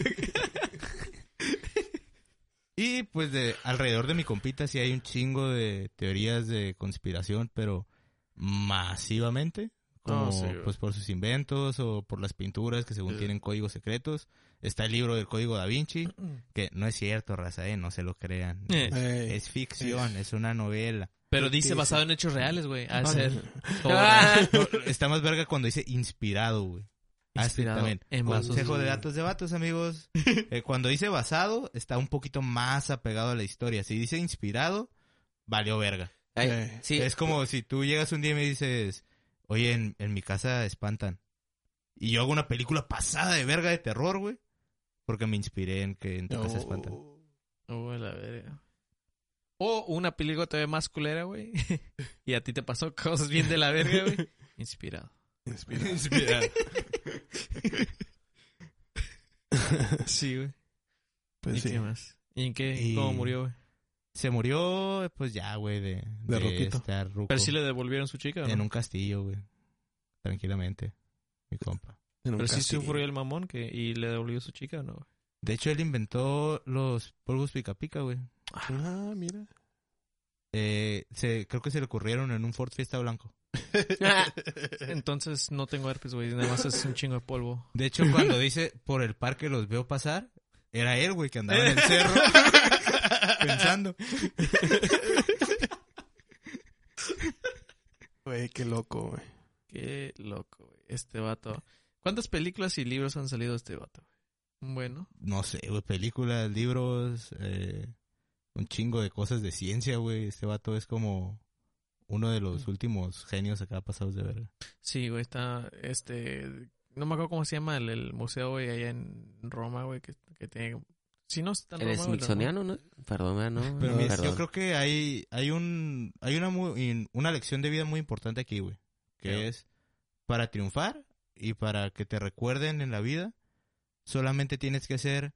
A: Y pues de alrededor de mi compita sí hay un chingo de teorías de conspiración, pero masivamente, como
B: Ah, sí, güey.
A: pues por sus inventos o por las pinturas que según
B: Sí.
A: tienen códigos secretos. Está el libro del Código da
B: (clears throat)
A: Vinci, que no es cierto, raza, eh, no se lo crean.
B: Eh.
A: Es, es ficción, es una novela.
B: (laughs) Pero dice
C: Sí, sí.
B: basado en hechos reales, güey. A ser. Ah,
D: Ah.
A: No, está más verga cuando dice inspirado, güey. Así
B: Inspirado
A: también.
B: en vasos.
A: Consejo de datos de vatos,
B: (laughs)
A: amigos. Eh, cuando dice basado, está un poquito más apegado a la historia. Si dice inspirado, valió verga.
D: Ay,
C: Eh,
D: sí,
A: Es como si tú llegas un día y me dices, oye, en, en mi casa espantan. Y yo hago una película pasada de verga de terror, güey. Porque me inspiré en que en tu casa espantan.
C: Oh.
B: Oh, la verga. O una película todavía más culera, güey. (laughs) y a ti te pasó cosas bien de la verga, güey. (laughs) Inspirado.
C: Inspira.
B: Sí, güey. ¿Y
C: (laughs) Pues sí.
B: qué más? ¿Y en qué?
A: Y-
B: ¿Cómo murió, güey?
A: Se murió, pues ya, güey, de, de,
C: ruquito.
A: estar ruco.
C: oh.
B: Pero sí le devolvieron su chica, ¿o ¿no?
A: En un castillo, güey. Tranquilamente. Mi compa.
B: Pero
C: Nunca
B: sí sufrió el mamón que, y le devolvió a su chica, ¿no? güey?
A: De hecho, él inventó los polvos pica pica, güey.
C: Ah, mira.
A: Eh, se, creo que se le ocurrieron en un Ford Fiesta Blanco.
B: Entonces no tengo herpes, güey. Nada más es un chingo de polvo.
A: De hecho, cuando dice por el parque los veo pasar, era él, güey, que andaba en el cerro pensando.
C: Güey, qué loco, güey.
B: Qué loco, güey. Este vato. ¿Cuántas películas y libros han salido de este vato? güey? Bueno,
A: No sé, güey, películas, libros, eh, un chingo de cosas de ciencia, güey. Este vato es como uno de los últimos genios acá pasados de verga.
B: sí, güey, está este... No me acuerdo cómo se llama el, el museo, güey, allá en Roma, güey, que, que tiene... Si no está en Roma,
D: ¿Eres
B: güey, la-
D: smithsoniano, no? Perdón, ah, no.
A: Pero
D: no,
A: mira, yo
D: perdón.
A: creo que hay, hay un, hay una mu- in- una lección de vida muy importante aquí, güey. Que
B: Creo.
A: es para triunfar y para que te recuerden en la vida, solamente tienes que ser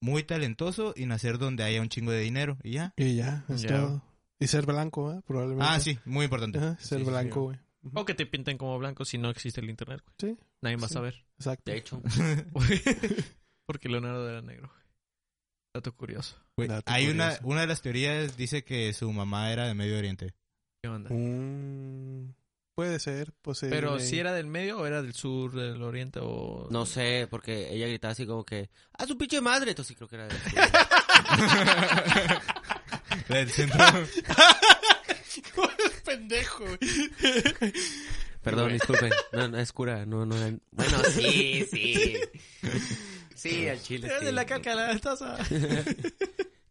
A: muy talentoso y nacer donde haya un chingo de dinero. Y ya.
C: Y ya, es
B: Ya.
C: todo. Y ser blanco, ¿eh? Probablemente.
A: Ah, sí, muy importante.
C: Ajá,
A: Sí,
C: ser
A: sí, sí,
C: blanco, güey.
B: O que te pinten como blanco si no existe el internet, güey.
C: Sí.
B: Nadie va a
C: Sí.
B: saber.
C: Exacto.
D: De hecho.
B: (laughs) Porque Leonardo era negro. güey. Dato curioso.
A: Güey,
C: Dato
A: hay una,
C: curioso.
A: una de las teorías dice que su mamá era de Medio Oriente.
B: ¿Qué onda?
C: Mm, puede ser, pues.
B: Pero si era del medio o era del sur, del oriente o... (laughs)
D: No sé, porque ella gritaba así como que, ¡A su pinche madre! Entonces sí creo que era de...
A: Del centro.
C: pendejo, güey.
D: Perdón,
B: Güey.
D: disculpen. No, no, es cura. No, no. era- Bueno, sí, sí. Sí, al chile.
B: Era
D: sí.
B: de la caca, la taza.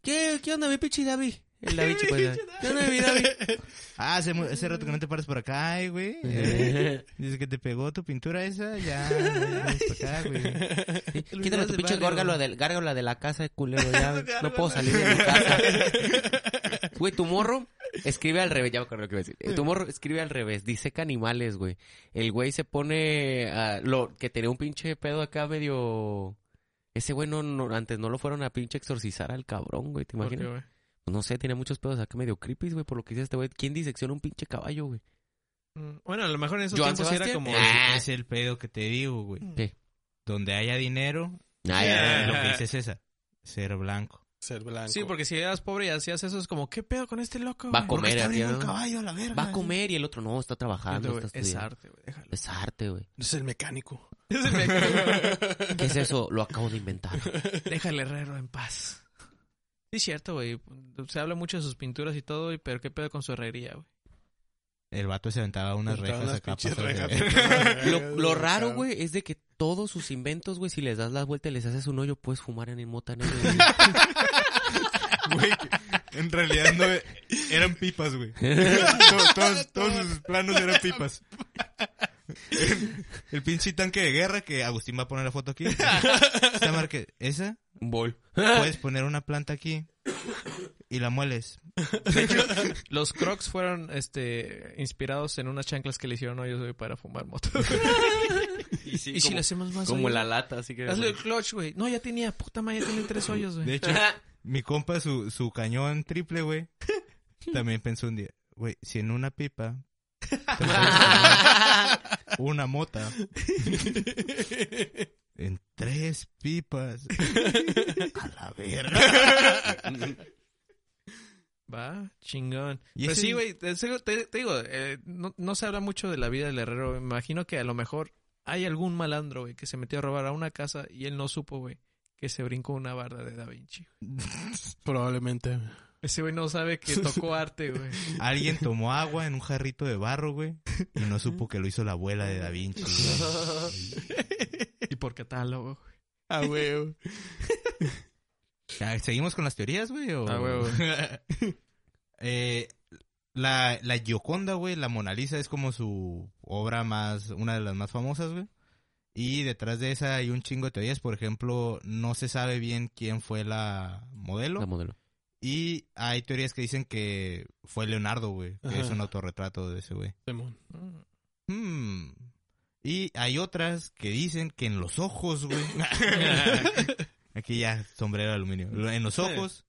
D: ¿Qué, ¿Qué onda, mi pinche David?
B: (laughs)
D: El David, pues. ¿Qué onda, mi David? (laughs)
A: ah, hace, mu- hace rato que no te paras por acá, ay, güey.
D: Eh,
A: Dice que te pegó tu pintura esa, ya. ya, vamos por acá, güey.
D: Quítame tu
B: del
D: pinche
B: barrio.
D: gárgala de, gárgola de la casa, culero.
B: (laughs)
D: Ya, no
B: Gárgola.
D: puedo salir de mi casa.
B: (laughs)
D: Güey, tu morro escribe al revés. Ya me acuerdo lo que iba a decir. Eh, Tu morro escribe al revés. Diseca animales, güey. El güey se pone. A, lo Que tenía un pinche pedo acá medio. Ese güey no, no- antes no lo fueron a pinche exorcizar al cabrón, güey. ¿Te
B: ¿Por qué,
D: imaginas?
B: güey?
D: No sé, tenía muchos pedos acá medio creepy, güey, por lo que dice este güey. ¿Quién disecciona un pinche caballo, güey?
B: Mm, Bueno, a lo mejor en esos
D: Joan
B: tiempos era
D: Sebastián.
B: como...
D: Ah.
A: Es el pedo que te digo, güey.
D: ¿Qué?
A: Donde haya dinero,
D: Ay,
B: Yeah.
D: ay,
A: lo que dices es esa. Ser blanco.
C: Ser blanco.
B: Sí, porque si eras pobre y hacías eso, es como, ¿qué pedo con este loco?
D: Va a
B: güey?
D: comer,
A: Porque está
D: tío.
A: abriendo un caballo a la verga.
D: Va a comer y el otro no, está trabajando, está
B: Es
D: estudiando.
B: arte, güey, déjalo. (laughs)
D: Es arte, güey.
C: Es el mecánico.
B: Es el
D: (laughs)
B: mecánico.
D: ¿Qué es eso? Lo acabo de inventar.
B: Deja al herrero en paz. Sí, es cierto, güey. Se habla mucho de sus pinturas y todo, güey, pero ¿qué pedo con su herrería, güey?
A: El vato se aventaba unas
C: Juntaba
A: rejas
C: unas
A: acá.
C: pinches
A: pasó de
C: rejas.
A: verga.
D: (laughs) Lo, lo raro, güey, es de que todos sus inventos, güey, si les das la vuelta y les haces un hoyo, puedes fumar en el mota negra, güey.
A: Güey, (laughs) en realidad no eran pipas, güey. (laughs) todos, todos- (laughs) todos sus planos eran (laughs) pipas. El pinche tanque de guerra que Agustín va a poner la foto (laughs) aquí. Esta marca, esa,
D: Un bol.
A: puedes poner una planta aquí y la mueles.
B: Los crocs fueron este, inspirados en unas chanclas que le hicieron hoyos, güey, para fumar moto.
D: Y sí,
B: (laughs) y si le hacemos más hoyos?
D: lata, así que...
B: Hazle el clutch, güey. No, ya tenía, puta madre, ya tenía tres hoyos,
A: De
B: güey.
A: hecho, mi compa, su, su cañón triple, güey, (laughs) también pensó un día, güey, si en una pipa te puedes poner una mota, en tres pipas, a la verga.
B: Va, chingón.
A: Y
B: Pero
A: ese-
B: sí, güey, te, te- te digo, eh, no, no se habla mucho de la vida del herrero. güey. Me imagino que a lo mejor hay algún malandro, güey, que se metió a robar a una casa y él no supo, güey, que se brincó una barda de Da Vinci. güey.
C: Probablemente.
B: Ese güey no sabe que tocó arte, güey.
A: Alguien tomó agua en un jarrito de barro, güey, y no supo que lo hizo la abuela de Da Vinci. güey.
B: y por catálogo. güey.
C: Ah, güey.
A: Ya, Ah, ¿Seguimos con las teorías, güey? o-
B: Ah, güey, güey.
A: (laughs) Eh, la, la Gioconda, güey, la Mona Lisa es como su obra más, una de las más famosas, güey. Y detrás de esa hay un chingo de teorías. Por ejemplo, no se sabe bien quién fue la modelo.
D: (laughs) La modelo.
A: y hay teorías que dicen que fue Leonardo, güey. Que
C: Ajá.
A: es un autorretrato de ese güey.
C: Demon.
B: Mm.
A: Hmm. Y hay otras que dicen que en los ojos, güey. Aquí ya, sombrero de aluminio. Lo- En los ojos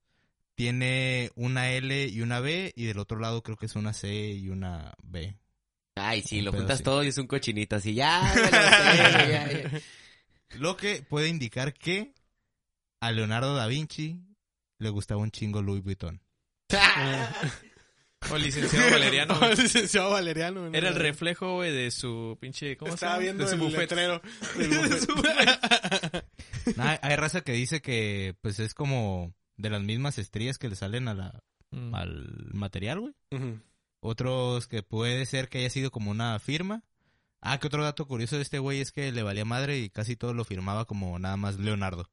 A: tiene una L y una B y del otro lado creo que es una C y una B.
D: Ay, sí,
A: Un
D: lo
A: pedo
D: juntas
A: así.
D: todo y es un cochinito así. Ya, ya, ya, ya, ya, ya.
A: Lo que puede indicar que a Leonardo da Vinci le gustaba un chingo Louis Vuitton.
D: Ah,
C: Ah.
B: O licenciado
C: (laughs)
B: Valeriano, güey.
C: Licenciado Valeriano. ¿no?
B: Era el reflejo, güey, de su pinche. ¿Cómo
C: Estaba
B: se llama?
C: viendo
B: de su
C: el
B: bufete.
C: letrero. del
B: De
C: buffet.
B: su buffet.
A: Nah, Ah, hay raza que dice que pues es como de las mismas estrías que le salen a la,
B: Mm.
A: al material, güey.
C: (laughs) Ujú.
A: Otros que puede ser que haya sido como una firma. Ah, que otro dato curioso de este güey es que le valía madre y casi todo lo firmaba como nada más Leonardo.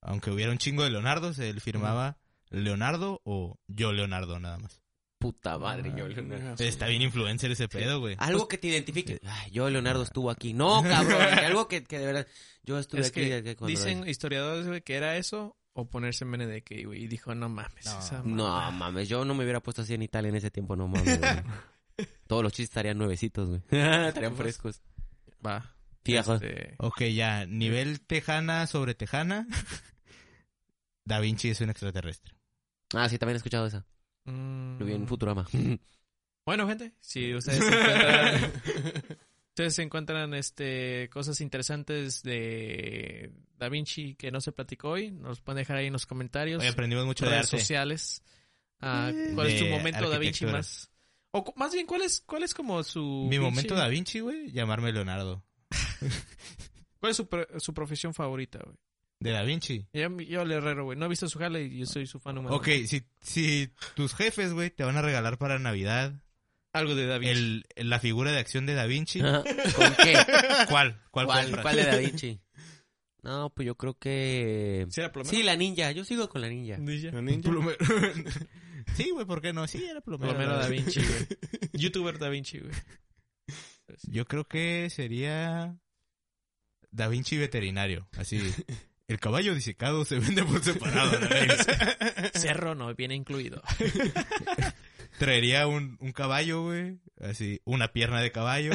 A: Aunque hubiera un chingo de Leonardo, se él firmaba Leonardo o yo Leonardo nada más.
D: Puta
B: Ah.
D: madre, yo, Leonardo.
A: Está bien influencer ese pedo, güey.
D: Algo que te identifique. Ay, yo, Leonardo, estuvo aquí. No, cabrón. Algo que, que de verdad. Yo estuve
B: Es
D: aquí.
B: que
D: cuando-
B: dicen historiadores, güey, que era eso o ponerse en MNDK, güey. Y dijo, no mames.
A: No.
B: esa
D: No,
B: mamada".
D: mames, yo no me hubiera puesto así en Italia en ese tiempo, no mames. güey. Todos los chistes estarían nuevecitos, güey. estarían frescos.
B: Va.
D: Fíjate.
B: Este,
A: Ok, ya. Nivel tejana sobre tejana. (laughs) da Vinci es un extraterrestre.
D: Ah, sí, también he escuchado esa.
B: mm,
D: Lo vi en Futurama.
B: Bueno, gente, si ustedes encuentran, ustedes encuentran este, cosas interesantes de Da Vinci que no se platicó hoy, nos pueden dejar ahí en los comentarios,
A: Hoy aprendimos mucho de
B: redes
A: arte.
B: sociales. Ah, ¿Cuál es tu
A: Eh. De
B: momento Da Vinci
A: arquitectura.
B: más? O cu- más bien, ¿cuál es, cuál es como su...
A: Mi
B: pinche-
A: momento Da Vinci, güey, llamarme Leonardo.
B: ¿Cuál es su, pro- su profesión favorita, güey?
A: De Da Vinci.
B: Yo, yo le herrero, güey. No he visto su jale y yo soy su fan número
A: Ok,
B: uno.
A: si, si tus jefes, güey, te van a regalar para Navidad
B: Algo de Da Vinci.
A: el, la figura de acción de Da
D: (laughs)
A: Vinci,
D: (laughs) ¿Con qué?
A: ¿cuál? ¿Cuál,
D: ¿Cuál,
A: compras?
D: cuál de Da Vinci? No, pues yo creo
A: Eh,
D: que.
B: ¿Sí era plomero?
D: Sí, la ninja. Yo sigo con la ninja.
B: Ninja.
C: ¿La ninja?
A: Plumero. sí, güey, ¿por qué no? Sí, era plomero.
B: Plomero
A: la
B: Da
A: verdad. (laughs)
B: Vinci, güey. Youtuber Da Vinci, güey.
A: Yo creo que sería Da Vinci veterinario, así. El caballo disecado se vende por separado. la verga.
B: Cerro no
A: (laughs)
B: viene incluido.
A: Traería un, un caballo, güey, así, una pierna de caballo,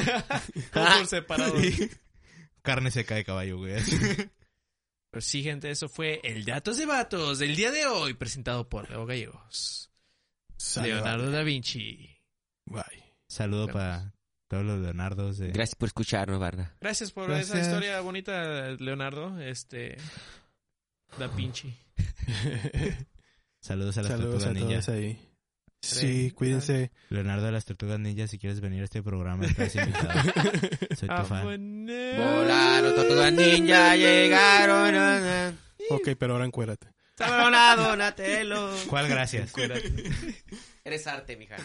B: Todo por separado.
A: carne seca de caballo, güey. así.
B: Pero sí, gente, eso fue el Datos de Vatos del día de hoy, presentado por Leo Gallegos.
C: Sale,
B: Leonardo Da Vinci.
C: vale. Bye.
A: Saludo para todos los Leonardos de...
D: Gracias por escucharnos, Barda.
B: Gracias por
A: Gracias.
B: esa historia bonita, Leonardo. Este. Da Vinci.
A: Saludos a las
C: Saludos a
A: tortugas ninja.
C: todos ahí. Sí, cuídense.
A: Leonardo de las tortugas ninja, si quieres venir a este programa, estás invitado. Soy
B: Ah,
A: tu fan.
B: Eh.
D: Volaron tortugas ninja, llegaron. ah, ah.
C: Ok, pero ahora encuérate.
D: Salvador Donatello.
A: ¿Cuál gracias?
D: Eres arte, mija.